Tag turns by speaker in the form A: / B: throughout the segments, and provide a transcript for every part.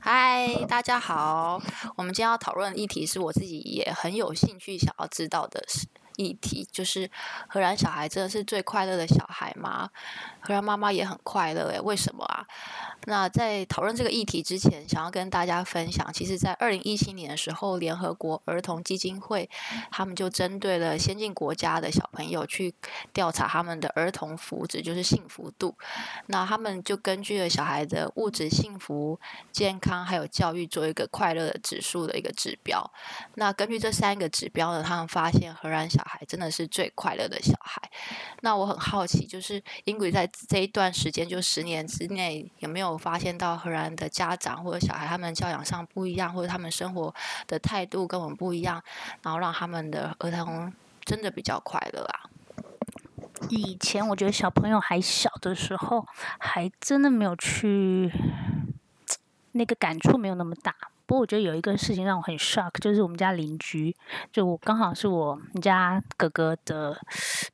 A: 嗨，大家好，我们今天要讨论的议题是我自己也很有兴趣想要知道的事议题，就是荷兰小孩真的是最快乐的小孩吗？荷兰妈妈也很快乐诶，为什么啊？那在讨论这个议题之前，想要跟大家分享，其实，在二零一七年的时候，联合国儿童基金会他们就针对了先进国家的小朋友去调查他们的儿童福祉，就是幸福度。那他们就根据了小孩的物质幸福、健康还有教育做一个快乐的指数的一个指标。那根据这三个指标呢，他们发现荷兰小孩真的是最快乐的小孩。那我很好奇，就是英国在这一段时间，就十年之内，有没有发现到荷兰的家长或者小孩他们教养上不一样，或者他们生活的态度跟我们不一样，然后让他们的儿童真的比较快乐啊？
B: 以前我觉得小朋友还小的时候，还真的没有去，那个感触没有那么大。不过我觉得有一个事情让我很 shock，就是我们家邻居，就我刚好是我们家哥哥的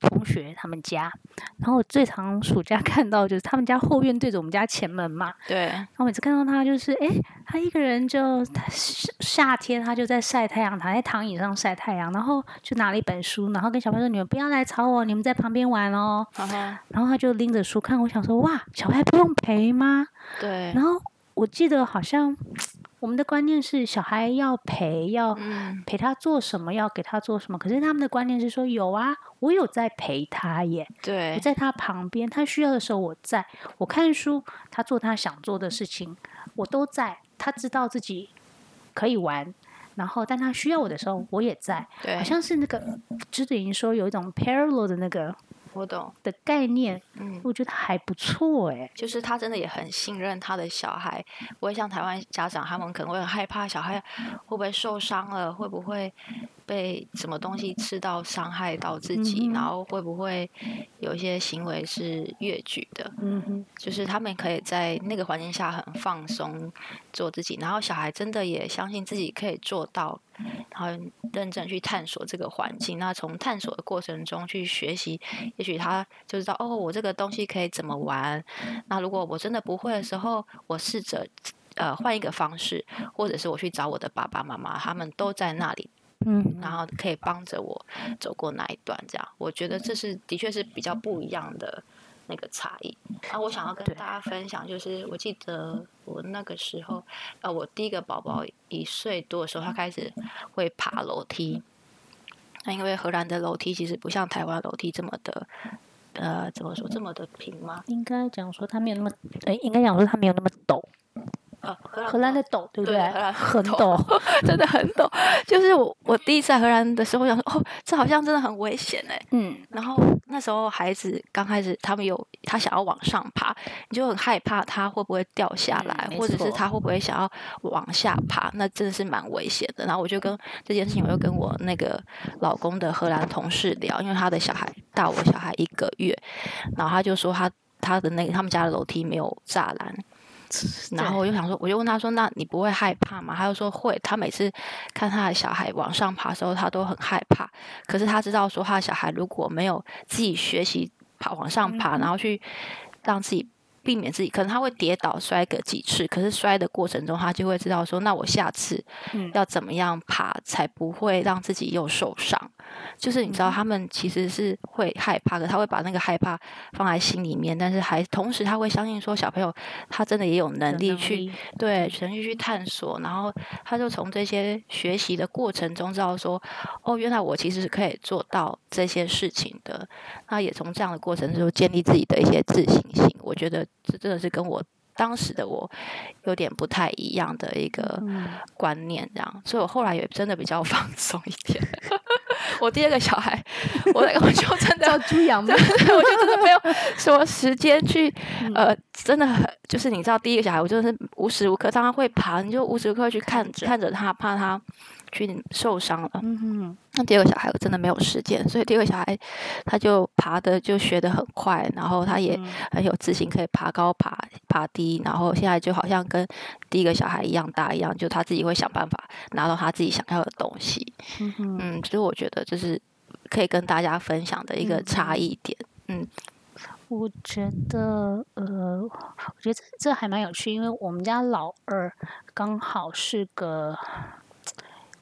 B: 同学他们家，然后我最常暑假 看到就是他们家后院对着我们家前门嘛，
A: 对，
B: 然后每次看到他就是，诶，他一个人就他夏夏天他就在晒太阳，躺在躺椅上晒太阳，然后就拿了一本书，然后跟小朋友说：“你们不要来吵我，你们在旁边玩哦。
A: 然后”
B: 然后他就拎着书看，我想说：“哇，小孩不用陪吗？”
A: 对，
B: 然后我记得好像我们的观念是小孩要陪，要
A: 嗯，
B: 陪他做什么，要给他做什么。可是他们的观念是说：“有啊，我有在陪他耶。”
A: 对
B: 我，在他旁边，他需要的时候我在，我看书，他做他想做的事情，我都在。他知道自己可以玩，然后但他需要我的时候，我也在。
A: 对，
B: 好像是那个之前说有一种 parallel 的那个
A: 我懂，
B: 的概念，
A: 嗯。
B: 我觉得还不错哎诶、
A: 就是他真的也很信任他的小孩，不会像台湾家长，他们可能会很害怕小孩会不会受伤了，会不会被什么东西吃到伤害到自己，
B: 嗯哼
A: 然后会不会有一些行为是越矩的。
B: 嗯哼，
A: 就是他们可以在那个环境下很放松做自己，然后小孩真的也相信自己可以做到，然后认真去探索这个环境。那从探索的过程中去学习，也许他就知道哦，我这个东西可以怎么玩。那如果我真的不会的时候，我试着呃换一个方式，或者是我去找我的爸爸妈妈，他们都在那里，
B: 嗯哼
A: 然后可以帮着我走过那一段，这样我觉得这是的确是比较不一样的那个差异。啊，我想要跟
B: 对
A: 大家分享，就是我记得我那个时候，呃，我第一个宝宝一岁多的时候，他开始会爬楼梯。那因为荷兰的楼梯其实不像台湾楼梯这么的，呃，怎么说这么的平吗？
B: 应该讲说他没有那么，诶，应该讲说他没有那么陡，
A: 呃，荷
B: 荷兰的陡，对不
A: 对荷兰
B: 很
A: 陡
B: 陡，
A: 真的很陡，就是我我第一次来荷兰的时候，我想说，哦，这好像真的很危险哎、
B: 嗯，
A: 然后那时候孩子刚开始，他们有他想要往上爬，你就很害怕他会不会掉下
B: 嗯
A: 来，
B: 没
A: 或者是
B: 错
A: 他会不会想要往下爬，那真的是蛮危险的。然后我就跟这件事情，我就跟我那个老公的荷兰同事聊，因为他的小孩大我小孩一个月，然后他就说他他的那个他们家的楼梯没有栅栏，然后我就想说，我就问他说：“那你不会害怕吗？”他就说会。他每次看他的小孩往上爬的时候，他都很害怕。可是他知道说，他的小孩如果没有自己学习爬往上爬，然后去让自己避免自己，可能他会跌倒摔个几次。可是摔的过程中，他就会知道说，那我下次
B: 嗯
A: 要怎么样爬才不会让自己又受伤。就是你知道，他们其实是会害怕的，他会把那个害怕放在心里面，但是还同时他会相信说，小朋友他真的也有能力去对，全力去探索，然后他就从这些学习的过程中知道说，哦，原来我其实是可以做到这些事情的。那也从这样的过程中建立自己的一些自信心。我觉得这真的是跟我当时的我有点不太一样的一个
B: 嗯
A: 观念，这样，所以我后来也真的比较 放松一点。我第二个小孩，我我就真的
B: 照猪养吧，
A: 对，我就真的没有什么时间去，
B: 嗯
A: 呃，真的很就是你知道，第一个小孩，我真的是无时无刻，当他会爬，你就无时无刻去看
B: 看着
A: 看着他，怕他去受伤了。
B: 嗯哼，
A: 那第二个小孩，我真的没有时间，所以第二个小孩他就爬的就学得很快，然后他
B: 嗯
A: 也很有自信，可以爬高爬爬低，然后现在就好像跟第一个小孩一样大一样，就他自己会想办法拿到他自己想要的东西。
B: 嗯哼。
A: 嗯，所以我觉得这是可以跟大家分享的一个
B: 嗯
A: 差异点。
B: 我觉得，呃，我觉得这这还蛮有趣，因为我们家老二刚好是个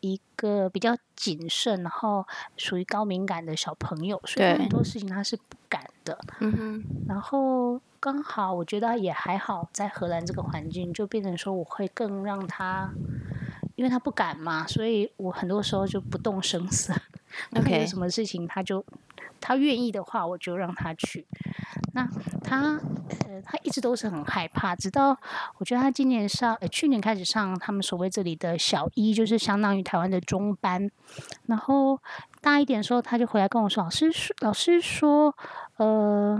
B: 一个比较谨慎，然后属于高敏感的小朋友，所以
A: 对
B: 很多事情他是不敢的。
A: 嗯哼，
B: 然后刚好我觉得也还好，在荷兰这个环境，就变成说我会更让他，因为他不敢嘛，所以我很多时候就不动声色。那他
A: OK
B: 有什么事情，他就他愿意的话，我就让他去。那他呃，他一直都是很害怕，直到我觉得他今年上、呃、去年开始上他们所谓这里的小一，就是相当于台湾的中班。然后大一点的时候，他就回来跟我说：“老师说，老师说，呃。”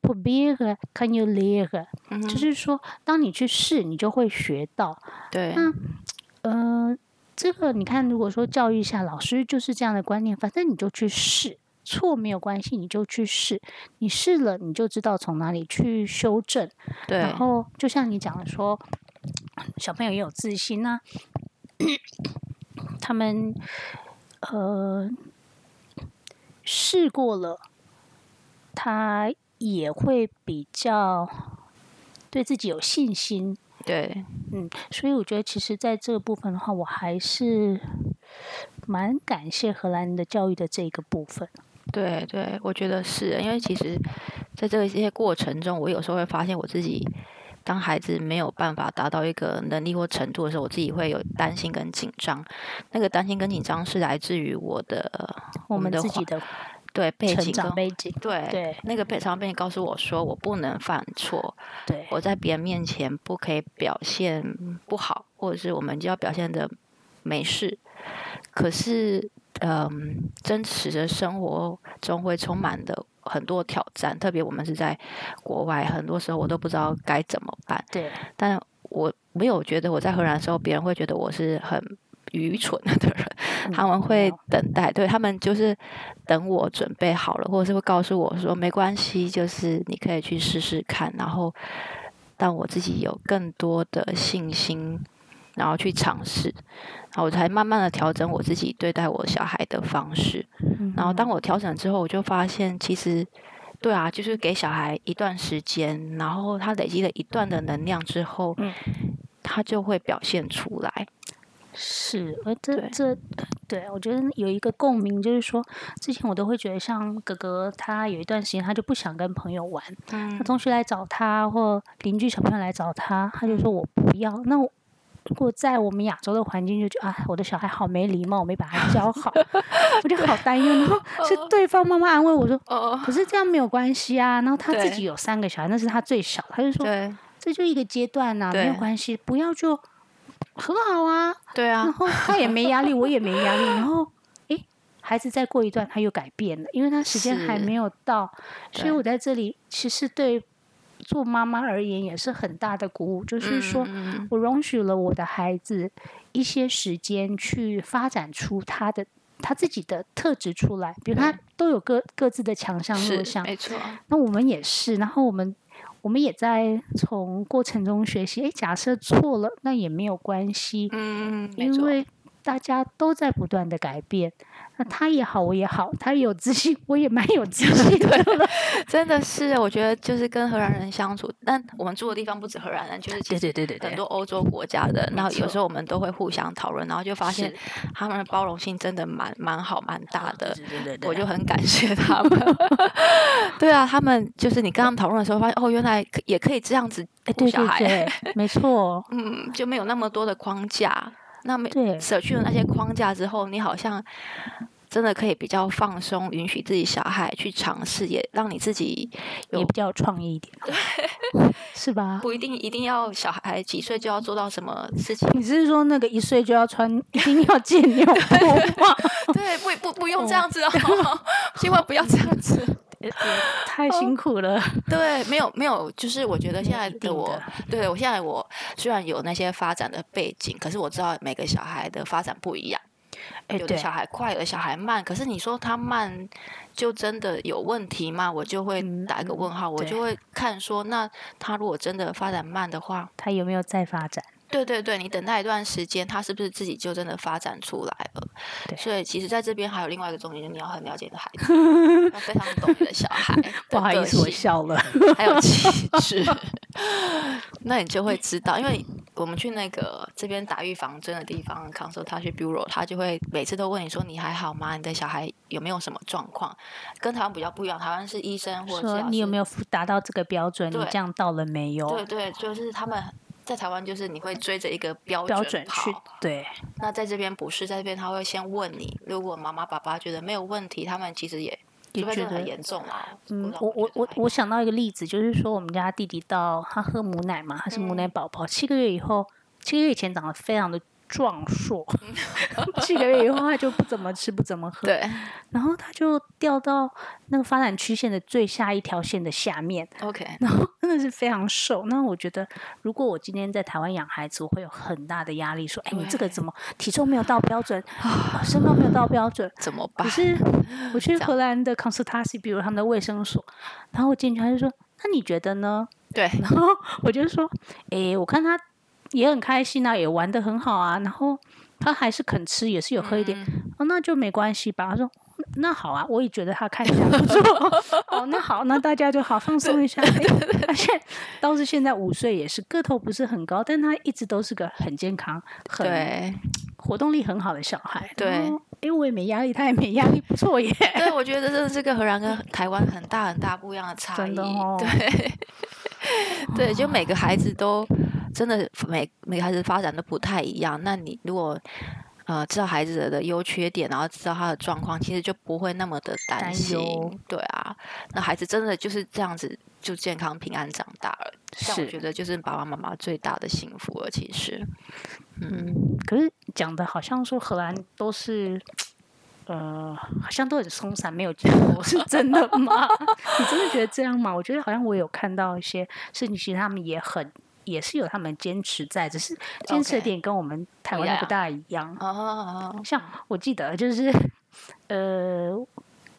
B: Probeer kan je leren，、
A: 嗯哼，
B: 就是说，当你去试，你就会学到。
A: 对，
B: 那呃，这个你看，如果说教育下老师就是这样的观念，反正你就去试，错没有关系，你就去试，你试了你就知道从哪里去修正。
A: 对
B: 然，后就像你讲的说，小朋友也有自信那、他们呃试过了，他也会比较对自己有信心。
A: 对，
B: 嗯，所以我觉得其实在这个部分的话，我还是蛮感谢荷兰的教育的这一个部分。
A: 对，对，我觉得是，因为其实在这个一些过程中，我有时候会发现我自己，当孩子没有办法达到一个能力或程度的时候，我自己会有担心跟紧张。那个担心跟紧张是来自于我的我
B: 我们
A: 们的
B: 自己
A: 话
B: 的
A: 对背
B: 成
A: 景
B: 长
A: 跟
B: 背景，
A: 对
B: 对
A: 那个背常背景告诉我说，我不能犯错，
B: 对
A: 我在别人面前不可以表现不好，或者是我们就要表现的没事。可是，嗯，真实的生活中会充满的很多挑战，特别我们是在国外，很多时候我都不知道该怎么办。
B: 对
A: 但我没有觉得我在荷兰的时候，别人会觉得我是很愚蠢的人，
B: 嗯
A: 他们会
B: 哦
A: 等待，对他们就是等我准备好了，或者是会告诉我说没关系，就是你可以去试试看，然后让我自己有更多的信心，然后去尝试，然后我才慢慢的调整我自己对待我小孩的方式。然后当我调整之后，我就发现其实。对啊，就是给小孩一段时间，然后他累积了一段的能量之后，
B: 嗯
A: 他就会表现出来。
B: 是，呃，这
A: 对
B: 这，对我觉得有一个共鸣，就是说，之前我都会觉得，像哥哥他有一段时间他就不想跟朋友玩，
A: 嗯
B: 那同学来找他或邻居小朋友来找他，他就说
A: 嗯
B: 我不要。那我如果在我们亚洲的环境就觉得，哎，我的小孩好没礼貌，我没把他教 好，我就好担忧。然后是对方妈妈安慰我说，
A: 哦，
B: 可是这样没有关系啊。然后他自
A: 对
B: 己有三个小孩，那是他最小，他就说
A: 对
B: 这就一个阶段呐、没有
A: 对
B: 关系，不要就很好啊。
A: 对啊
B: 然，后他也没压力，我也没压力。然后，诶，孩子再过一段他又改变了，因为他时间还
A: 是
B: 没有到，所以
A: 对
B: 我在这里其实对做妈妈而言也是很大的鼓舞，就是说
A: 嗯嗯
B: 我容许了我的孩子一些时间去发展出他的。他自己的特质出来，比如他都有各各自的强项
A: 嗯
B: 弱
A: 是
B: 项，
A: 没错，
B: 那我们也是，然后我们我们也在从过程中学习。诶，假设错了，那也没有关系，
A: 嗯，没
B: 因
A: 错，
B: 为大家都在不断的改变。那他也好，我也好，他也有自信，我也蛮有自信的了。
A: 真的是，我觉得就是跟荷兰人相处，但我们住的地方不止荷兰人，就是其实
B: 对对
A: 很多欧洲国家的，然后
B: 错
A: 有时候我们都会互相讨论，然后就发现他们的包容性真的蛮蛮好蛮大的，我就很感谢他们。 对啊，他们就是你跟他们讨论的时候，发现哦，原来可也可以这样子
B: 哎，
A: 顾
B: 对
A: 小
B: 对
A: 孩，
B: 对，没错，
A: 嗯，就没有那么多的框架。那没
B: 对
A: 舍去了那些框架之后，你好像真的可以比较放松，允许自己小孩去尝试，也让你自己有
B: 也比较有创意一点，是吧？，
A: 不一定一定要小孩几岁就要做到什么事 情
B: 你是说那个一岁就要穿，一定要借 尿布吗？
A: 对，不不不用这样子 哦，千万不要这样子。
B: 也也太辛苦了。
A: 对，没有没有，就是我觉得哦现
B: 没有
A: 在
B: 一定
A: 的我，对我现在我虽然有那些发展的背景，可是我知道每个小孩的发展不一样。
B: 哎，
A: 有的
B: 对，
A: 小孩快，有的小孩慢。可是你说他慢，就真的有问题吗？我就会
B: 嗯
A: 打一个问号，我
B: 对
A: 就会看说，那他如果真的发展慢的话，
B: 他有没有再发展？
A: 对对对，你等待一段时间，他是不是自己就真的发展出来了？
B: 对
A: 所以其实在这边还有另外一个重点，就是你要很了解你的孩子， 要非常懂你的小孩的
B: 不好意思，
A: 个
B: 我
A: 性
B: 笑了。
A: 还有气质，那你就会知道，因为我们去那个这边打预防针的地方 c o n s u l t a t i o Bureau，他就会每次都问你说你还好吗？你的小孩有没有什么状况？跟台湾比较不一样，台湾是医生或者是
B: 说你有没
A: 有？
B: 有符达到这个标准？你
A: 对
B: 这样到了没有
A: 对？对，就是他们在台湾就是你会追着一个标
B: 标
A: 准
B: 准
A: 跑
B: 去对，
A: 那在这边不是，在这边他会先问你，如果妈妈爸爸觉得没有问题，他们其实也
B: 也
A: 除非真
B: 觉
A: 的很
B: 得
A: 严重啊。
B: 嗯，
A: 不然
B: 我我
A: 觉得
B: 我
A: 还
B: 我想到一个例子，就是说我们家弟弟到他喝母奶嘛，他是
A: 嗯
B: 母奶宝宝，七个月以后，七个月以前长得非常的壮 硕， 七个月以后他就不怎么吃不怎么喝，
A: 对
B: 然后他就掉到那个发展曲线的最下一条线的下面，
A: OK，
B: 然后真的是非常瘦。那我觉得，如果我今天在台湾养孩子，我会有很大的压力，说，哎，你这个怎么体重没有到标准，啊身高没有到标准，
A: 怎么办
B: 可？是我去
A: 这样
B: 荷兰的 c o n s u l t a t i 比如他们的卫生所，然后我进去，他就说：“那你觉得呢
A: 对？”
B: 然后我就说：“诶，我看他也很开心啊，也玩得很好啊，然后他还是肯吃，也是有喝一点，
A: 嗯
B: 哦，那就没关系吧。”他说。那好啊，我也觉得他看起 来不错。哦，那好，那大家就好放松一下。哎而且倒是现在五岁也是个头不是很高，但他一直都是个很健康、很
A: 对，
B: 活动力很好的小孩。
A: 对
B: 因为我也没压力，他也没压力，不错耶。
A: 对，我觉得这这个荷兰跟台湾很大很大不一样的差
B: 真
A: 异。
B: 的哦
A: 对，对，就每个孩子都真的每每个孩子发展都不太一样。那你如果呃知道孩子的优缺点，然后知道他的状况，其实就不会那么的担
B: 担
A: 心
B: 忧。
A: 对啊，那孩子真的就是这样子，就健康平安长大了。但我
B: 是
A: 觉得就是爸爸妈妈最大的幸福了。其实，
B: 嗯，可是讲的好像说荷兰都是，呃，好像都很松散，没有结果，是真的吗？ 你真的觉得这样吗？我觉得好像我有看到一些事情，其实他们也很。也是有他们坚持在，只是坚持的
A: OK
B: 点跟我们台
A: 不一
B: 湾的不
A: 样
B: 大一样。
A: 啊，
B: 像我记得就是， 呃，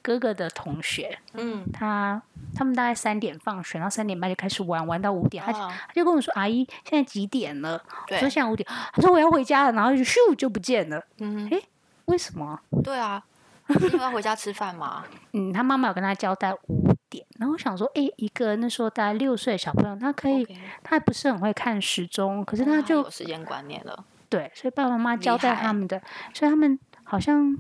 B: 哥哥的同学，
A: 嗯，
B: 他他们大概三点放学，然后三点半就开始玩，玩到五点，他就
A: 啊
B: 他就跟我说：“阿姨，现在几点了？”我
A: 对
B: 说：“现在五点。”他说：“我要回家了。”然后就咻就不见了。
A: 嗯，
B: 为什么？
A: 对 啊，因为要回家吃饭嘛。
B: 嗯，他妈妈有跟他交代五点。然后我想说，诶，一个那时候大概六岁的小朋友，他可以
A: OK
B: 他不是很会看时钟，可是
A: 但是他
B: 他就
A: 有时间观念了。
B: 对，所以爸爸妈妈
A: 厉
B: 交代
A: 害
B: 他们的，所以他们好像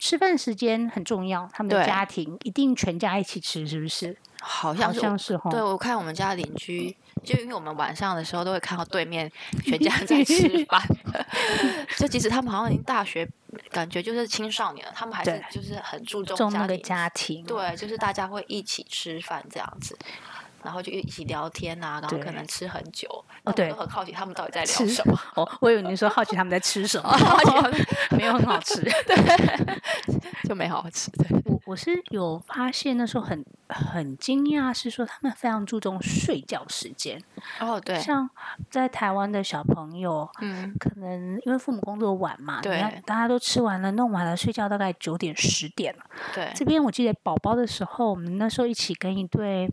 B: 吃饭时间很重要，他们的
A: 对
B: 家庭一定全家一起吃，是不是？
A: 好
B: 好
A: 像是我，
B: 像是哦哈。
A: 对我看我们家邻居，就因为我们晚上的时候都会看到对 面全家在吃饭，就即使他们好像已经大学，感觉就是青少年了，他们还是
B: 对
A: 就是很注重
B: 重
A: 家
B: 那个
A: 庭
B: 家庭，
A: 对，就是大家会一起吃饭这样子。然后就一起聊天啊，然后可
B: 对哦
A: 能吃很久，那我
B: 对
A: 都很好奇他们到底在聊
B: 吃
A: 什么，
B: 哦，我以为你说好奇他们在吃什 么，
A: 而且
B: 没有很好吃。
A: 就没好吃。对，
B: 我我是有发现那时候很很惊讶，是说他们非常注重睡觉时间。
A: 哦对，
B: 像在台湾的小朋友，
A: 嗯，
B: 可能因为父母工作晚嘛，你
A: 对
B: 看大家都吃完了、弄完了，睡觉大概九点十点了。
A: 对，
B: 这边我记得宝宝的时候，我们那时候一起跟一对。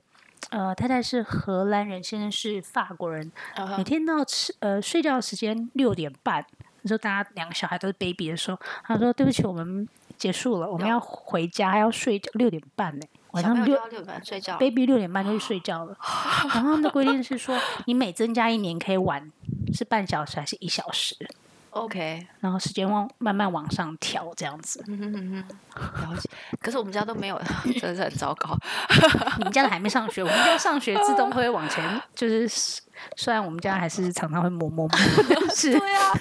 B: 呃，太太是荷兰人，先生是法国人，
A: 然后
B: 每天到吃呃睡觉的时间六点半，那时候大家两个小孩都是 baby 的时候，他说对不起，我们结束了，我们
A: 要
B: 要回家，还要睡觉，六点半呢、晚
A: 小朋友
B: 上
A: 就
B: 六
A: 要六点半睡觉，
B: baby 六点半就去睡觉了。然后他们的规定是说，你每增加一年可以晚是半小时还是一小时，
A: OK，
B: 然后时间往慢慢往上调这样 子。
A: 嗯哼哼哼，了解。可是我们家都没有， 真的是很糟糕。
B: 你们家的还没上学，我们家上学自动会往前，就是虽然我们家还是常常会摸摸摸，但是
A: 对啊，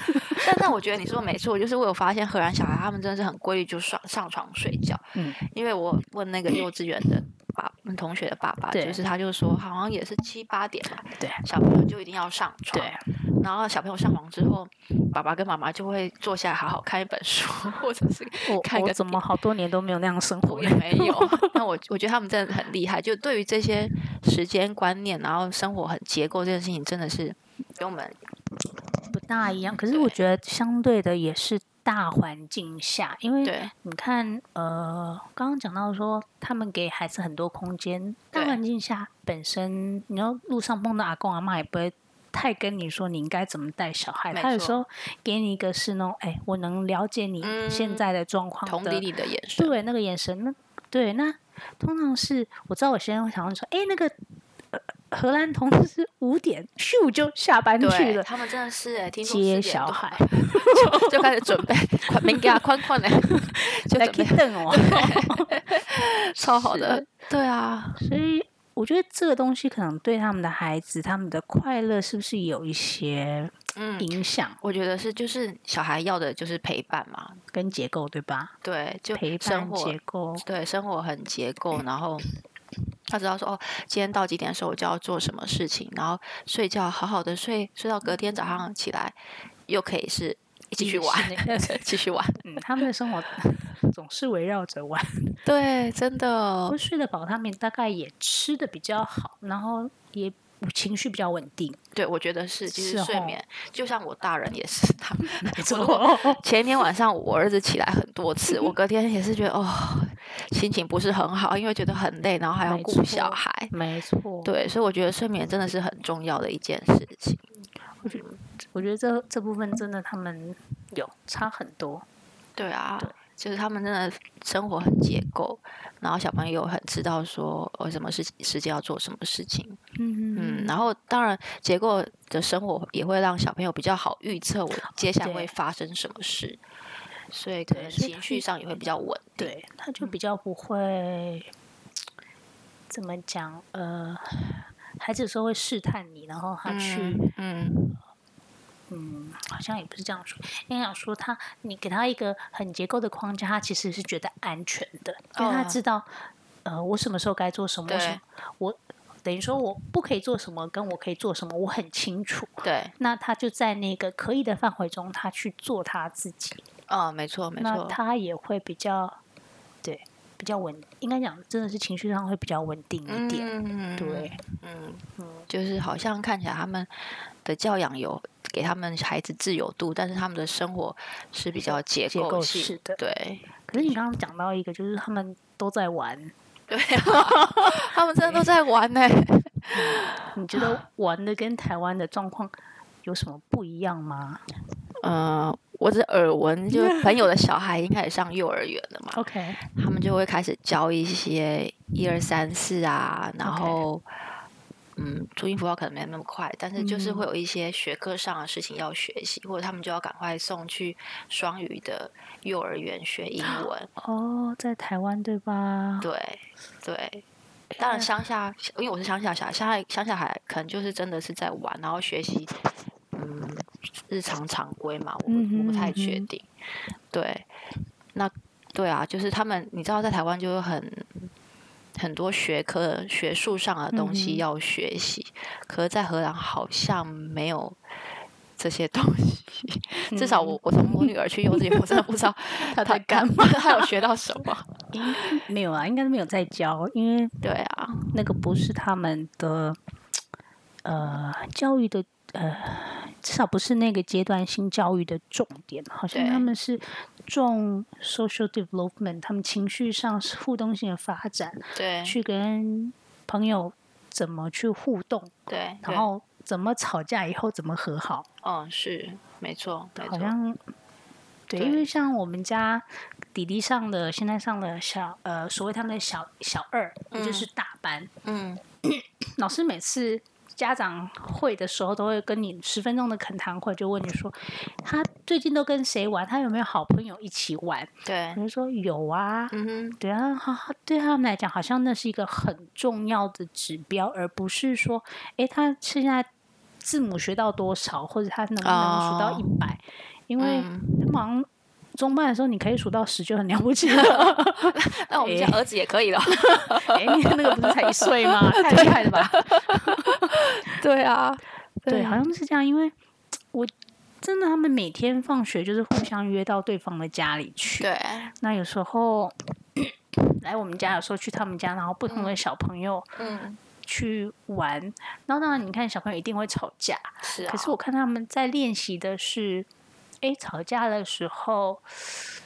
A: 但但我觉得你说的没错，就是我有发现荷兰小孩他们真的是很规律，就上上床睡觉。
B: 嗯，
A: 因为我问那个幼稚园的爸嗯同学的爸爸，
B: 对
A: 就是他就说好像也是七八点吧，
B: 对
A: 小朋友就一定要上床。
B: 对，啊
A: 然后小朋友上床之后，爸爸跟妈妈就会坐下来好好看一本书， 或者是看
B: 我
A: 个
B: 我怎么好多年都没有那样生活
A: 我
B: 了
A: 也。没有。那我我觉得他们真的很厉害，就对于这些时间观念，然后生活很结构这件事情，真的是跟我们
B: 不大一样，可是我
A: 对
B: 觉得相对的也是大环境下，因为
A: 对
B: 你看，呃，刚刚讲到说他们给孩子很多空间，大
A: 对
B: 环境下本身，你要路上碰到阿公阿妈也不会太跟你说你应该怎么带小孩，
A: 没
B: 他有
A: 错
B: 时候给你一个是那种，哎，我能了解你现
A: 嗯
B: 在的状况
A: 同
B: 的
A: 理你的眼神，
B: 对，那个眼神，那对，那通常是我知道我先生会想要说，哎，那个、呃、荷兰同事是五点咻就下班去
A: 对，
B: 了
A: 他们真的是哎，听说10
B: 接
A: 点
B: 小
A: 多
B: 孩，
A: 就就开始准备，快明给他宽宽嘞，就
B: 来
A: 准
B: 去
A: 备
B: 瞪 我，
A: 超好的，对啊，
B: 所以我觉得这个东西可能对他们的孩子，他们的快乐是不是有一些
A: 嗯。
B: 影响
A: 我觉得是，就是小孩要的就是陪伴嘛，
B: 跟结构，对吧？
A: 对，就
B: 陪
A: 生
B: 伴
A: 活
B: 结构，
A: 对，生活很结构，然后他知道说哦，今天到几点的时候我就要做什么事情，然后睡觉好好的睡，睡到隔天早上起来又可以是继续玩，
B: 也是那个
A: 继续玩。
B: 嗯，他们的生活 总是围绕着玩。
A: 对，真
B: 不
A: 的
B: 过睡得饱，他们大概也吃的比较好，然后也情绪比较稳定。
A: 对，我觉得是，其实
B: 是
A: 睡
B: 哦
A: 眠就像我大人也是，他们
B: 没
A: 错，前一天晚上我儿子起来很多次，我隔天也是觉得哦，心情不是很好，因为觉得很累，然后还要
B: 没
A: 顾小
B: 错
A: 孩。
B: 没错。，
A: 对，所以我觉得睡眠真的是很重要的一件事情。
B: 我觉得这这部分真的他们有差很多。
A: 对啊，
B: 对
A: 就是他们真的生活很结构，然后小朋友很知道说呃什么事情时间要做什么事情，
B: 嗯
A: 嗯，然后当然结构的生活也会让小朋友比较好预测我接下来会
B: 哦对
A: 发生什么事，所以可
B: 对
A: 能
B: 所以
A: 情
B: 他
A: 绪上也会比较稳定。
B: 对，他就
A: 嗯
B: 比较不会怎么讲，呃，孩子有时候会试探你，然后他去，
A: 嗯嗯，
B: 嗯好像也不是这样说，应该想说他，你给他一个很结构的框架，他其实是觉得安全的，因为他
A: 哦
B: 知道，呃，我什么时候该做什么，我什
A: 对
B: 么我等于说我不可以做什么，跟我可以做什么，我很清楚。
A: 对，
B: 那他就在那个可以的范围中，他去做他自己，
A: 嗯，没错没
B: 那
A: 错，
B: 他也会比较，对，比较稳，应该讲真的是情绪上会比较稳定一点，
A: 嗯，
B: 对，
A: 嗯，就是好像看起来他们的教养有给他们孩子自由度，但是他们的生活是比较结
B: 结构
A: 性，
B: 式的。
A: 对。
B: 可是你刚刚讲到一个，就是他们都在玩，
A: 对啊，他们真的都在玩 呢、
B: 你觉 得玩的跟台湾的状况有什么不一样吗
A: 嗯，我只耳闻，就是朋友的小孩已经开始上幼儿园了嘛，
B: ？OK，
A: 他们就会开始教一些一二三四啊，然
B: OK
A: 后嗯，注音符号可能没那么快，但是就是会
B: 嗯。
A: 有一些学科上的事情要学习，或者他们就要赶快送去双语的幼儿园学英文
B: 哦，在台湾对吧？
A: 对，对。
B: 哎
A: 当然，乡下，因为我是乡下小孩，乡下乡下孩可能就是真的是在玩，然后学习，嗯，日常常规嘛，我不我不太确
B: 嗯哼
A: 定。对，那对啊，就是他们，你知道，在台湾就是很很多学科、学术上的东
B: 嗯
A: 西
B: 哼
A: 要学习，可是在荷兰好像没有这些东西。至少我我从我女儿去幼稚园，我真的不知道
B: 嗯 她
A: 她
B: 在干
A: 嘛，她有学到什么。
B: 没有啊，应该没有在教，因为
A: 对啊，
B: 那个不是他们的呃教育的呃，至少不是那个阶段性教育的重点，好像
A: 对
B: 他们是重 social development，他们情绪上是互动性的发展，
A: 对
B: 去跟朋友怎么去互动，
A: 对，对
B: 然后怎么吵架以后怎么和好，
A: 嗯，是没错，没
B: 好
A: 错，
B: 像对，
A: 对
B: 因为像我们家弟弟上的现在上的小呃，所谓他们的小小二，也就是大班，
A: 嗯，
B: 老师每次家长会的时候，都会跟你十分钟的恳谈会，就问你说他最近都跟谁玩，他有没有好朋友一起玩？
A: 对
B: 我，就说有啊。
A: 嗯哼，
B: 对啊，哈哈，对他们来讲，好像那是一个很重要的指标，而不是说，诶，他现在字母学到多少，或者他能不能数到
A: 哦
B: 一百、因为
A: 嗯
B: 他们好像中班的时候，你可以数到十就很了不起了。
A: 那我们家
B: 诶
A: 儿子也可以了。
B: 诶，你那个不是才一岁 吗？ 太厉害 了吧！
A: 对啊，
B: 对，好像是这样，因为我真的他们每天放学就是互相约到对方的家里去。
A: 对，
B: 那有时候 来我们家，有时候去他们家，然后不同的小朋友
A: 嗯，
B: 去玩。然后当然，你看小朋友一定会吵架，
A: 是啊，
B: 可是我看他们在练习的是。哎吵架的时候，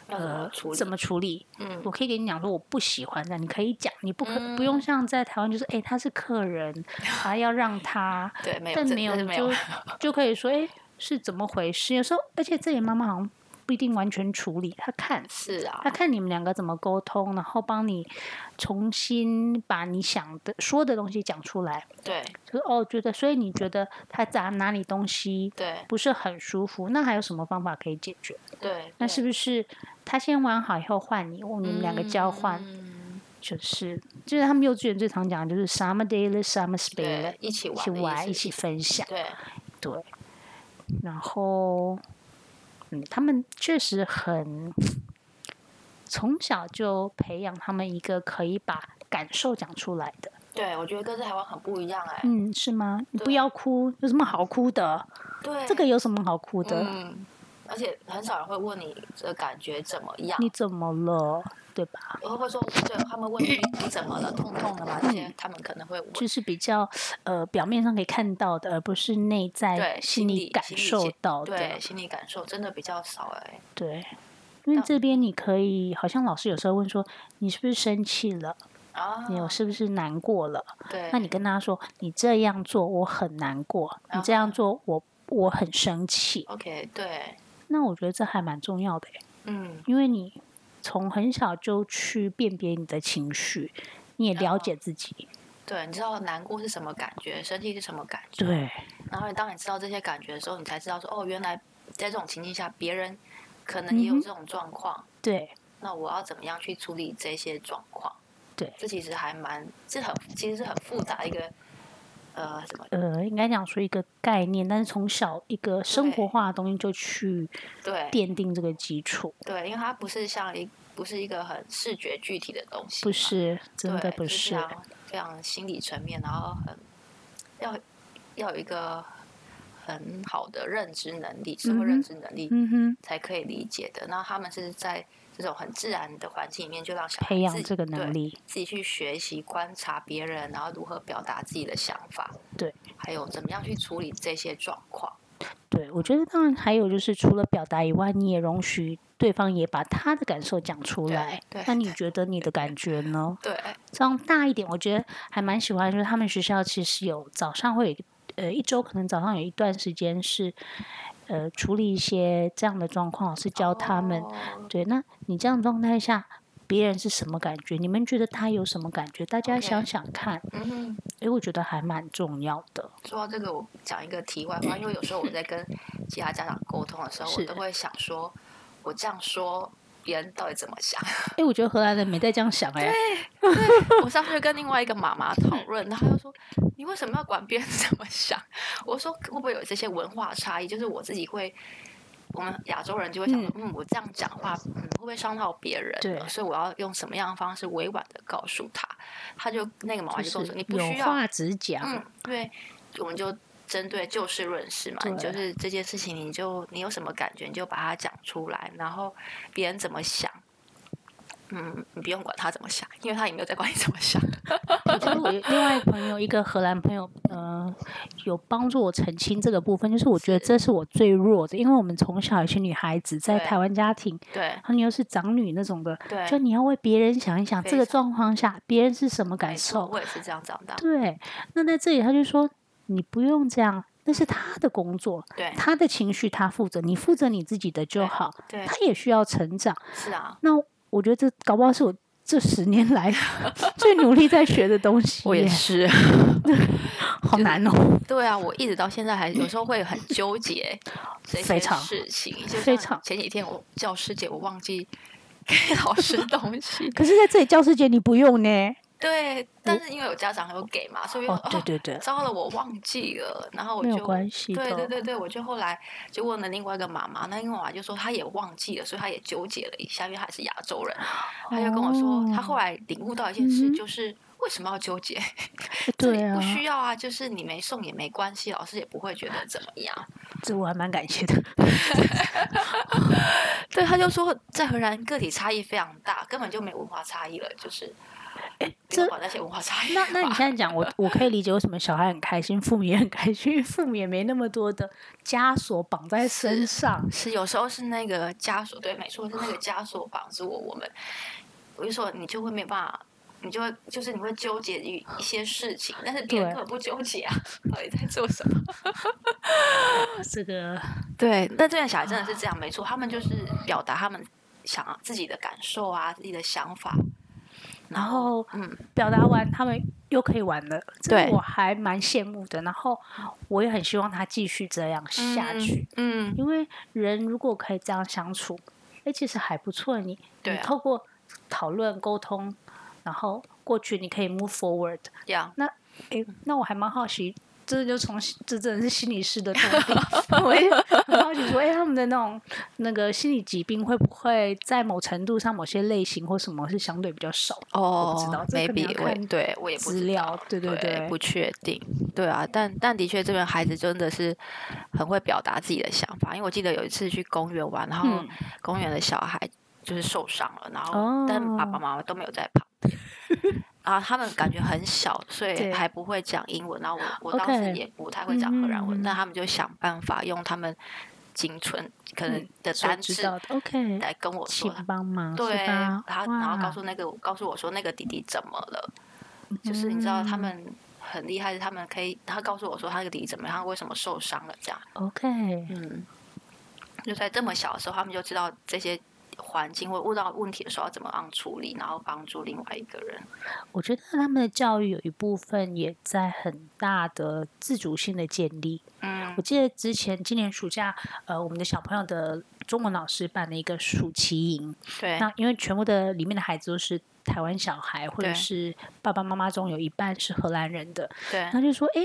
A: 要怎么
B: 呃
A: 处，理
B: 怎么处理？
A: 嗯
B: 我可以给你讲说我不喜欢的，你可以讲，你不可、不用像在台湾就是哎他是 客人，还要让他，
A: 对，没有，
B: 但
A: 这这
B: 没有
A: 是
B: 就
A: 没有，
B: 就可以说哎是怎么回事？有时候而且这里妈妈好像不一定完全处理，她看
A: 是啊
B: 他，看你们两个怎么沟通，然后帮你重新把你想的说的东西讲出来。
A: 对
B: 就是哦，觉得所以你觉得他砸哪里东西
A: 对
B: 不是很舒服，那还有什么方法可以解决？
A: 对，
B: 那是不是他先玩好以后换你，哦，你们两个交换？
A: 嗯
B: 就是就是他们幼稚园最常讲的就是 summer daily summer spare，了
A: 对，一起
B: 一
A: 玩
B: 起
A: 的意
B: 玩，
A: 思
B: 一起分享。
A: 对
B: 对，然后，嗯，他们确实很从小就培养他们一个可以把感受讲出来的。
A: 对，我觉得跟台湾很不一样哎，
B: 嗯，是吗？你不
A: 对
B: 要哭，有什么好哭的？
A: 对，
B: 这个有什么好哭的？
A: 嗯，而且很少人会问你的感觉怎么样，
B: 你怎么了？对吧？
A: 我会不会说，对他们问你你怎么了，痛痛的吗？这
B: 嗯
A: 些他们可能会问，
B: 就是比较呃表面上可以看到的，而不是内在
A: 对心
B: 心里
A: 理
B: 感
A: 心理
B: 受
A: 解
B: 到的。
A: 对心理感受真的比较少哎，
B: 对因为
A: 那
B: 这边你可以，好像老师有时候问说，你是不是生气了？
A: 啊，
B: 你有是不是难过了？
A: 对，
B: 那你跟他说，你这样做我很难过，你这样
A: 啊
B: 做我我很生气。
A: OK 对，
B: 那我觉得这还蛮重要的耶，
A: 嗯，
B: 因为你从很小就去辨别你的情绪，你也了
A: 嗯
B: 解自己。
A: 对，你知道难过是什么感觉，生气是什么感觉，
B: 对，
A: 然后你当你知道这些感觉的时候，你才知道说，哦，原来在这种情境下，别人可能也有
B: 嗯哼
A: 这种状况，
B: 对，
A: 那我要怎么样去处理这些状况？
B: 对
A: 这其实还蛮，这很其实是很复杂一个，呃，怎么
B: 呃，应该讲说一个概念，但是从小一个生活
A: 对
B: 化的东西就去
A: 对
B: 奠定这个基础，
A: 对，因为它不是像一不是一个很视觉具体的东西嘛，
B: 不是真的
A: 对
B: 不
A: 是
B: 是
A: 非。常非常心理层面，然后很要要有一个很好的认知能力，社
B: 嗯
A: 会
B: 哼
A: 认知能力
B: 嗯哼，
A: 才可以理解的。那他们是在这种很自然的环境里面，就让小孩
B: 培
A: 自
B: 养
A: 己
B: 这个
A: 对
B: 能力，
A: 自己去学习观察别人，然后如何表达自己的想法，
B: 对，
A: 还有怎么样去处理这些状况，
B: 对，我觉得当然还有就是，除了表达以外，你也容许对方也把他的感受讲出
A: 对
B: 来
A: 对。
B: 那你觉得你的感觉呢？
A: 对，
B: 这样大一点，我觉得还蛮喜欢，就是他们学校其实有早上会有一个呃一周，可能早上有一段时间是呃处理一些这样的状况，是教他们。
A: 哦
B: 对，那你这样状态下。别人是什么感觉？你们觉得他有什么感觉？大家
A: OK
B: 想想看，
A: 嗯哼。
B: 诶，我觉得还蛮重要的。
A: 说到这个，我讲一个题外话，因为有时候我在跟其他家长沟通的时候，我
B: 是
A: 都会想说，我这样说别人到底怎么 想？
B: 诶，我觉得荷兰人没在这样想、诶。哎
A: 我上次就跟另外一个妈妈讨论，然后她就说，你为什么要管别人怎么想？我说会不会有这些文化差异？就是我自己会。我们亚洲人就会想说，嗯，我这样讲话，嗯，会不会伤到别人？
B: 对
A: 所以我要用什么样的方式委婉的告诉他？他就那个妈妈
B: 就
A: 就跟我
B: 是
A: 说，你不
B: 有
A: 需要
B: 话直讲，
A: 嗯，因为我们就针对就事论事嘛，
B: 对
A: 你就是这件事情，你就你有什么感觉，你就把它讲出来，然后别人怎么想，嗯，你不用管他怎么想，因为他也没有在管你怎么想。
B: 我觉得我有另外一个朋友，一个荷兰朋友，呃，有帮助我澄清这个部分，就是我觉得
A: 是
B: 这是我最弱的，因为我们从小有些女孩子在
A: 对
B: 台湾家庭，
A: 对
B: 然后你又是长女那种的，
A: 对，
B: 就你要为别人想一想，
A: 非
B: 这个
A: 常
B: 状况下别人是什么感
A: 没错
B: 受？
A: 我也是这样长大。
B: 对，那在这里他就说你不用这样，那是他的工作，
A: 对
B: 他的情绪他负责，你负责你自己的就
A: 对
B: 好，
A: 对，
B: 他也需要成长。
A: 是啊，
B: 那我觉得这搞不好是我这十年来 最努力在学的东西耶。
A: 是。
B: 好难哦，
A: 对啊，我一直到现在还有时候会很纠结 这
B: 非
A: 些
B: 常
A: 事情，就像
B: 非常，
A: 前几天我教师节，我忘记 给老师东西
B: 可是在这里教师节你不用呢。
A: 对，但是因为有家长有给嘛，所以我
B: 哦，对对对，
A: 糟了，我忘记了，然后我
B: 没
A: 就
B: 有关系的。
A: 对对对对，我就后来就问了另外一个妈妈，那另外妈妈就说她也忘记了，所以她也纠结了一下，因为她也是亚洲人，她就跟我说，她后来领悟到一件事，
B: 哦嗯哼
A: 就是为什么要纠结？
B: 哎
A: 这
B: 对
A: 里
B: 啊
A: 不，需要啊，就是你没送也没关系，老师也不会觉得怎么样。
B: 这我还蛮感谢 的。
A: 对，她就说在荷兰个体差异非常大，根本就没文化差异了，就是
B: 哎，
A: 不
B: 这
A: 要管那些文化差异
B: 那
A: 吧。
B: 那你现在讲，我我可以理解为什么小孩很开心，父母也很开心，因为父母也没那么多的枷锁绑在身上。
A: 是有时候是那个枷锁，对，没错，是那个枷锁绑住我我们。我就说你就会没办法，你就会就是你会纠结于一些事情，但是别人根
B: 对
A: 本不纠结啊， 到底在做什么？
B: 这个
A: 对，那这样小孩真的是这样，没错，他们就是表达他们想自己的感受啊，自己的想法，
B: 然后
A: 嗯，
B: 表达完，他们又可以玩了，这
A: 对
B: 个我还蛮羡慕的。然后我也很希望他继续这样下去，
A: 嗯，嗯，
B: 因为人如果可以这样相处，哎，其实还不错。你
A: 对
B: 你
A: 啊
B: 透过讨论沟通，然后过去你可以 move forward，
A: 这样
B: 诶，
A: 嗯
B: 那我还蛮好奇，这就从心这真的是心理师的痛 病，我也很好奇说，诶，他们的那种那个心理疾病会不会在某程度上某些类型或什么是相对比较少的
A: 哦
B: 知道这可能
A: ，maybe
B: 要
A: 我也
B: 看
A: 对我也不
B: 资
A: 知道。
B: 料？对对对，
A: 不确定，对啊，但但的确，这边孩子真的是很会表达自己的想法。因为我记得有一次去公园玩，然后
B: 嗯
A: 公园的小孩就是受伤了，然后、但爸爸
B: 哦
A: 妈妈都没有在旁边然后他们感觉很小，所以
B: 对
A: 还不会讲英文。然后我我当时
B: OK
A: 也不太会讲荷兰文，
B: 嗯
A: 那他们就想办法用他们仅存可能
B: 嗯
A: 的
B: 所
A: 单
B: 知
A: 字
B: 道的，OK，
A: 来跟我说
B: 请。帮忙，是
A: 对，然
B: 吧？
A: 后然后告
B: 哇
A: 诉那个告诉我说那个弟弟怎么了，就是你知道他
B: 嗯
A: 们很厉害，是他们可以，他告诉我说他那个弟弟怎么样，他为什么受伤了这样，
B: OK，
A: 嗯，就在这么小的时候，他们就知道这些环境或遇到问题的时候要怎么样处理，然后帮助另外一个人，
B: 我觉得他们的教育有一部分也在很大的自主性的建立。
A: 嗯
B: 我记得之前今年暑假，呃，我们的小朋友的中文老师办了一个暑期营，
A: 对，
B: 那因为全部的里面的孩子都是台湾小孩，或者
A: 对嗯
B: 是爸爸妈妈中有一半是荷兰人的，
A: 对，
B: 他就说：“诶，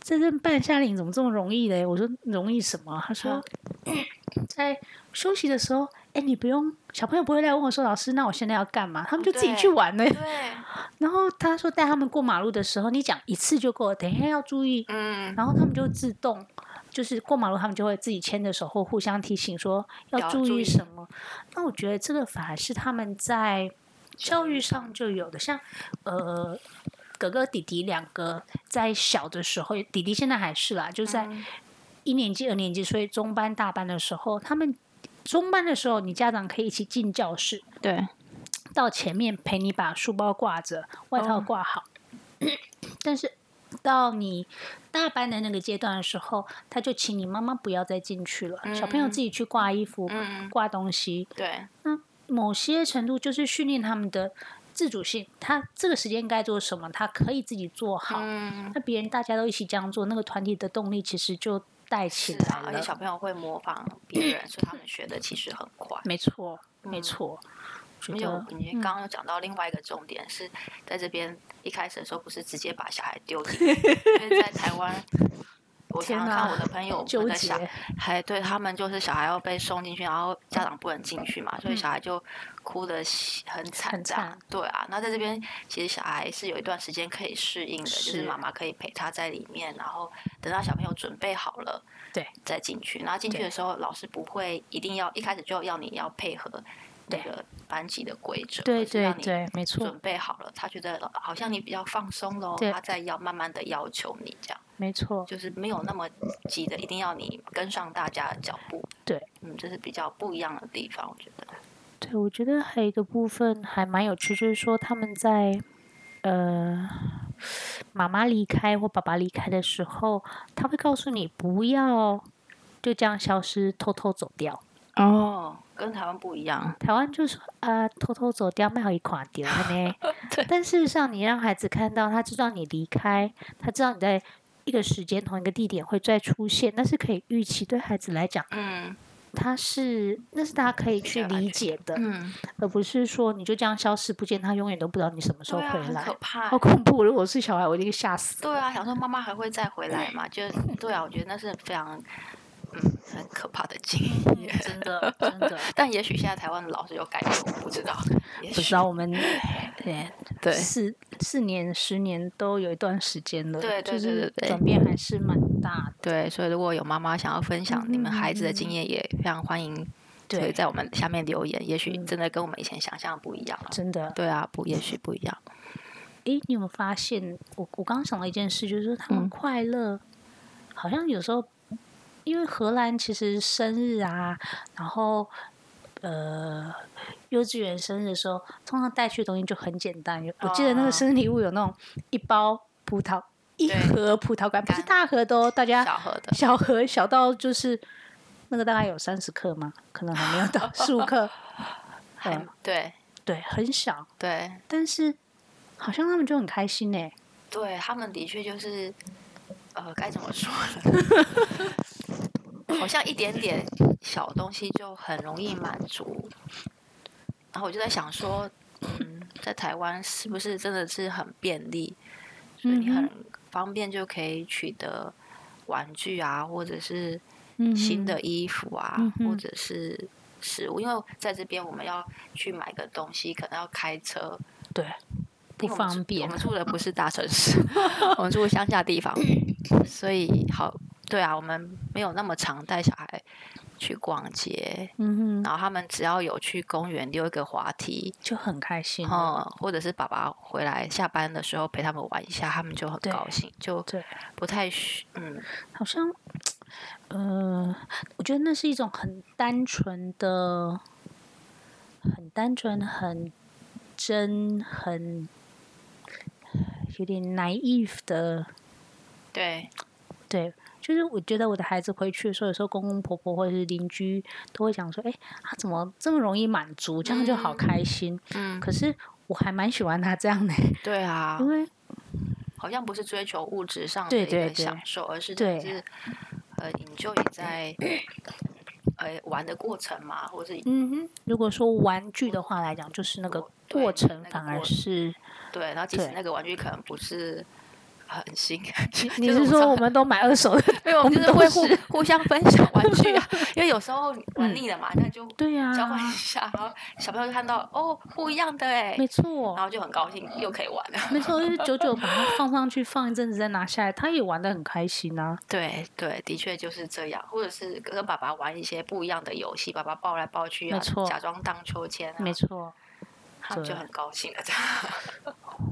B: 这阵办夏令营怎么这么容易嘞？”我说：“容易什么？”他说：“
A: 嗯
B: 在休息的时候，诶，你不用小朋友不会来问我说，老师，那我现在要干嘛？他们就自己去
A: 对
B: 玩了。
A: 对，
B: 然后他说带他们过马路的时候，你讲一次就够了，等一下要注意
A: 嗯，
B: 然后他们就自动就是过马路，他们就会自己牵着手或互相提醒说
A: 要
B: 要注
A: 注
B: 意
A: 意
B: 什么。那我觉得这个反而是他们在教育上就有的，像呃。哥哥弟弟两个在小的时候，弟弟现在还是啦，就在
A: 嗯
B: 一年级、二年级，所以中班、大班的时候，他们中班的时候，你家长可以一起进教室，
A: 对，
B: 到前面陪你把书包挂着，外套
A: 哦
B: 挂好。 但是到你大班的那个阶段的时候，他就请你妈妈不要再进去了，小朋友
A: 嗯
B: 自己去挂衣服、
A: 嗯，
B: 挂东西。
A: 对，
B: 某些程度就是训练他们的自主性，他这个时间该做什么，他可以自己做好。
A: 嗯，
B: 那别人大家都一起这样做，那个团体的动力其实就带起
A: 是
B: 来
A: 啊，而
B: 了。
A: 且小朋友会模仿别人，所以他们学的其实很快。
B: 没错，没
A: 嗯
B: 错。觉
A: 没有
B: 得，
A: 你刚刚有讲到另外一个重点是在这边一开始的时候，不是直接把小孩丢进去，因为在台 湾，我
B: 天
A: 常常
B: 哪
A: 看我的朋友
B: 纠
A: 们的小
B: 结，
A: 孩，对他们就是小孩要被送进去，然后家长不能进去嘛，所以小孩就哭的很惨
B: 嗯很
A: 这样
B: 惨。
A: 对啊，那在这边其实小孩是有一段时间可以适应的，就是
B: 是
A: 妈妈可以陪他在里面，然后等到小朋友准备好了，
B: 对，
A: 再进去。然后进去
B: 对
A: 的时候，老师不会一定要一开始就要你要配合那
B: 对
A: 个班级的规则，
B: 对
A: 而是让
B: 对
A: 你
B: 对，没错。
A: 准备好了，他觉得好像你比较放松喽，
B: 对
A: 他再要慢慢的要求你这样，
B: 没错，
A: 就是没有那么急的，一定要你跟上大家的脚步。
B: 对，
A: 嗯，这是比较不一样的地方，我觉得。
B: 对，我觉得还有一个部分还蛮有趣，就是说他们在呃妈妈离开或爸爸离开的时候，他会告诉你不要就这样消失，偷偷走掉。
A: 哦，跟台湾不一样。
B: 台湾就说啊、偷偷走掉，卖好一垮掉呢
A: 对。
B: 但事实上，你让孩子看到，他知道你离开，他知道你在一个时间、同一个地点会再出现，那是可以预期。对孩子来讲，
A: 嗯
B: 他是那是大家可以去
A: 比较安
B: 理
A: 全
B: 解的。
A: 嗯，
B: 而不是说你就这样消失不见，他永远都不知道你什么时候
A: 对啊，
B: 回
A: 很
B: 来，
A: 可怕
B: 好。恐怖！如果是小孩，我一定吓死。
A: 对啊，想说妈妈还会再回来嘛？ 就对啊，我觉得那是非常嗯很可怕的经验。
B: 真的，真的，
A: 但也许现在台湾的老师有改变，我不知道。也
B: 不知
A: 许
B: 道我们 对
A: 对
B: 四四年、十年都有一段时间了，
A: 对对
B: 就
A: 对对
B: 是
A: 对
B: 转变还是蛮大的。
A: 对，所以如果有妈妈想要分享你们孩子的经
B: 嗯
A: 验，也非常欢迎，可以
B: 对，
A: 在我们下面留言。也许
B: 嗯
A: 真的跟我们以前想象不一样了。
B: 真的，
A: 对啊，不，也许不一样。
B: 诶，你有没有发现？我我刚刚想到一件事，就是说他们
A: 嗯
B: 快乐，好像有时候，因为荷兰其实生日啊，然后呃，幼稚园生日的时候，通常带去的东西就很简单。有我记得那个
A: 哦
B: 生日礼物有那种一包葡萄，一
A: 对
B: 盒葡萄干，不是
A: 干
B: 大盒的哦，大家
A: 小盒的，
B: 小盒小到就是那个大概有三十克吗？可能还没有 到十五克，
A: 还
B: 嗯
A: 对
B: 对，很小，
A: 对
B: 但是好像他们就很开心呢、
A: 对，他们的确就是，呃，该怎么说呢？ 好像一点点小东西就很容易满足。然后我就在想说，嗯，在台湾是不是真的是很便利，所以你
B: 嗯哼
A: 很方便就可以取得玩具啊，或者是
B: 嗯，
A: 新的，衣服啊，
B: 嗯
A: 或
B: 哼
A: 者是食物，因为在这边我们要去买个东西，可能要开车，
B: 对，不
A: 因为我们
B: 方
A: 住
B: 便
A: 我们住的不是 大城市， 我们住乡下地方，所以好，对啊，我们没有那么常带小孩去逛街，
B: 嗯哼，
A: 然后他们只要有去公园溜一个滑梯，
B: 就很开心。
A: 嗯，或者是爸爸回来下班的时候陪他们玩一下，他们就很
B: 对
A: 高兴，就
B: 对，
A: 不太需嗯，
B: 好像，呃，我觉得那是一种很单纯的、很单纯、很真、很有点 naive 的
A: 对
B: 对，就是我觉得我的孩子回去的时候，有时候公公婆婆或者是邻居都会讲说：“哎，他怎么这么容易满足？这样就好
A: 嗯
B: 开心。
A: 嗯，
B: 可是我还蛮喜欢他这样的，
A: 对啊，
B: 因为
A: 好像不是追求物质上的
B: 对
A: 一
B: 对
A: 个
B: 对
A: 享受，而是真的
B: 对
A: 是呃，enjoy 在呃玩的过程嘛，或是
B: 嗯哼，如果说玩具的话来讲，就是那个
A: 我对
B: 过程
A: 那个
B: 反而
A: 过
B: 是
A: 对，然后即使
B: 对
A: 那个玩具可能不是很新，
B: 你
A: 就是
B: 说我
A: 们
B: 们都买二手的？
A: 没有，就
B: 我们
A: 是
B: 都
A: 会
B: 是
A: 互互相分享玩具 啊，因为有时候玩腻了嘛，那就
B: 对呀、
A: 交换一下，然后小朋友就看到哦不一样的哎，
B: 没
A: 然
B: 错，
A: 后就很高兴，又可以玩了。
B: 没错，就是久久把它放上去，放一阵子再拿下来，他也玩的很开心啊。
A: 对对，的确就是这样，或者是跟爸爸玩一些不一样的游戏，爸爸抱来抱去啊
B: 没错，
A: 假装荡秋千啊，
B: 没错，
A: 他们就
B: 对
A: 很高兴了。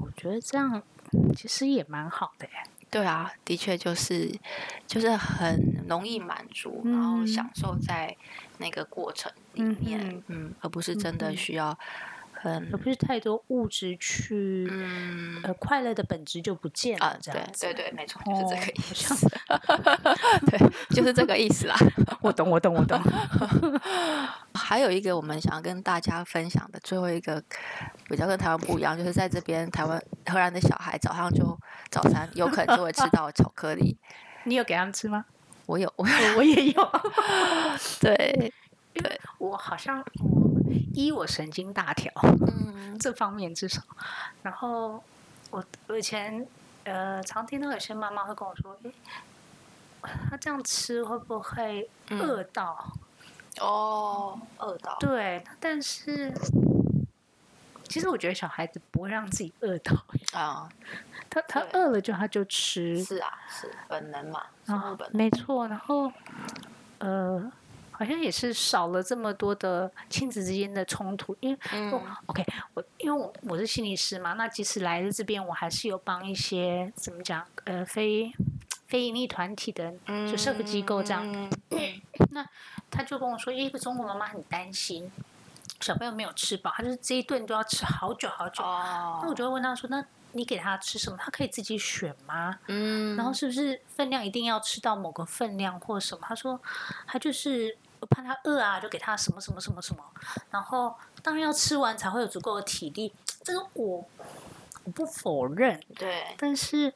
B: 我觉得这样其实也蛮好的耶。
A: 对啊，的确就是就是很容易满足，然后
B: 嗯
A: 享受在那个过程里
B: 嗯
A: 面，嗯
B: 哼
A: 而不是真的
B: 嗯哼
A: 需要很
B: 而不是太多物质去，
A: 嗯
B: 呃，快乐的本质就不见了，
A: 啊，
B: 这
A: 对
B: 样子。
A: 对对，没错，就是这
B: 哦
A: 个意
B: 好
A: 思
B: 像，
A: 对，就是这个意思啦。
B: 我懂，我懂，我懂。
A: 还有一个我们想要跟大家分享的最后一个比较跟台湾不一样，就是在这边台湾荷兰的小孩早上就早餐有可能就会吃到巧克力，
B: 你有给他们吃吗？
A: 我有，我
B: 我我也有，
A: 对，
B: 我好像我一我神经大条，
A: 嗯
B: 这方面至少。然后我我以前呃常听到有些妈妈会跟我说，诶，他这样吃会不会
A: 嗯
B: 饿到？
A: 哦，饿到，
B: 对，但是其实我觉得小孩子不会让自己饿到，
A: 啊、
B: 他他
A: 对
B: 饿了就他就吃，
A: 是啊，是本能嘛，生
B: 啊
A: 物本，能，
B: 没错。然后，呃，好像也是少了这么多的亲子之间的冲突，因为、
A: 嗯
B: 我 OK，我因为我我是心理师嘛，那即使来了这边，我还是有帮一些怎么讲，呃，非非盈利团体的人，就社会机构这样，
A: 嗯
B: 他就跟我说，一个中国妈妈很担心小朋友没有吃饱，他就是这一顿都要吃好久好久。那我
A: 哦，
B: 就会问他说，那你给他吃什么？他可以自己选吗？
A: 嗯，
B: 然后是不是分量一定要吃到某个分量或什么？他说他就是我怕他饿啊，就给他什么什么什么什么，然后当然要吃完才会有足够的体力，这个我我不否认，
A: 对，
B: 但是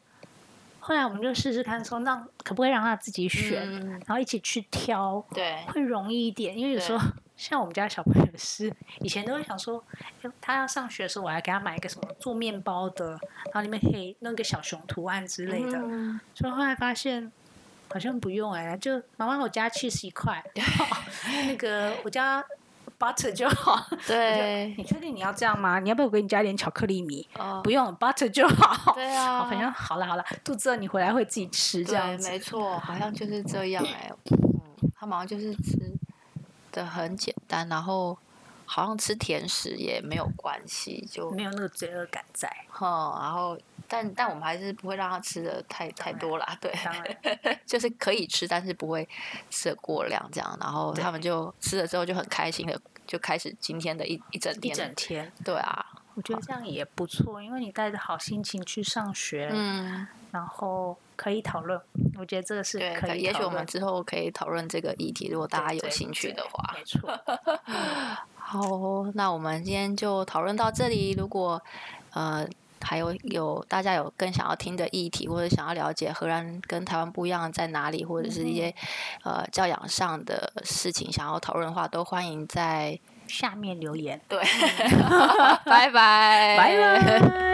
B: 后来我们就试试看说，让可不可以让他自己选，
A: 嗯
B: 然后一起去挑，
A: 对，
B: 会容易一点，因为有时候 像我们家小朋友是，以前都会想说，诶他要上学的时候，我还给他买一个什么做面包的，然后里面可以弄一个小熊图案之类的。
A: 嗯
B: 所以后来发现好像不用哎、就妈妈我加 cheese 一 块，然后那个我加 butter 就好。
A: 对，
B: 你确定你要这样吗？你要不要我给你加点巧克力米？
A: 哦
B: 不，用 butter 就好。
A: 对
B: 好
A: 啊，
B: 反正好了好了，肚子饿你回来会自己吃这样
A: 对，
B: 子。
A: 没错，好像就是这样哎、嗯，他们好像就是吃的很简单，然后好像吃甜食也没有关系，就
B: 没有那个罪恶感在。
A: 嗯，然后但但我们还是不会让他吃的太太
B: 当然
A: 多啦，对，
B: 当然，
A: 就是可以吃，但是不会吃的过量这样。然后
B: 对
A: 他们就吃了之后就很开心的，就开始今天的一一整
B: 一
A: 天。
B: 整天，
A: 对啊，
B: 我觉得这样也不错，因为你带着好心情去上学，
A: 嗯，
B: 然后可以讨论。我觉得这个是
A: 对，
B: 可
A: 可
B: 以
A: 也许
B: 讨
A: 我们
B: 论
A: 之后可以讨论这个议题，如果大
B: 对
A: 家有
B: 对
A: 兴趣
B: 对
A: 的话。
B: 没错，
A: 好哦，那我们今天就讨论到这里。如果呃还有有大家有更想要听的议题，或者想要了解荷兰跟台湾不一样在哪里，或者是一些、呃教养上的事情想要讨论的话，都欢迎在
B: 下面留言，
A: 对，拜拜，
B: 拜拜。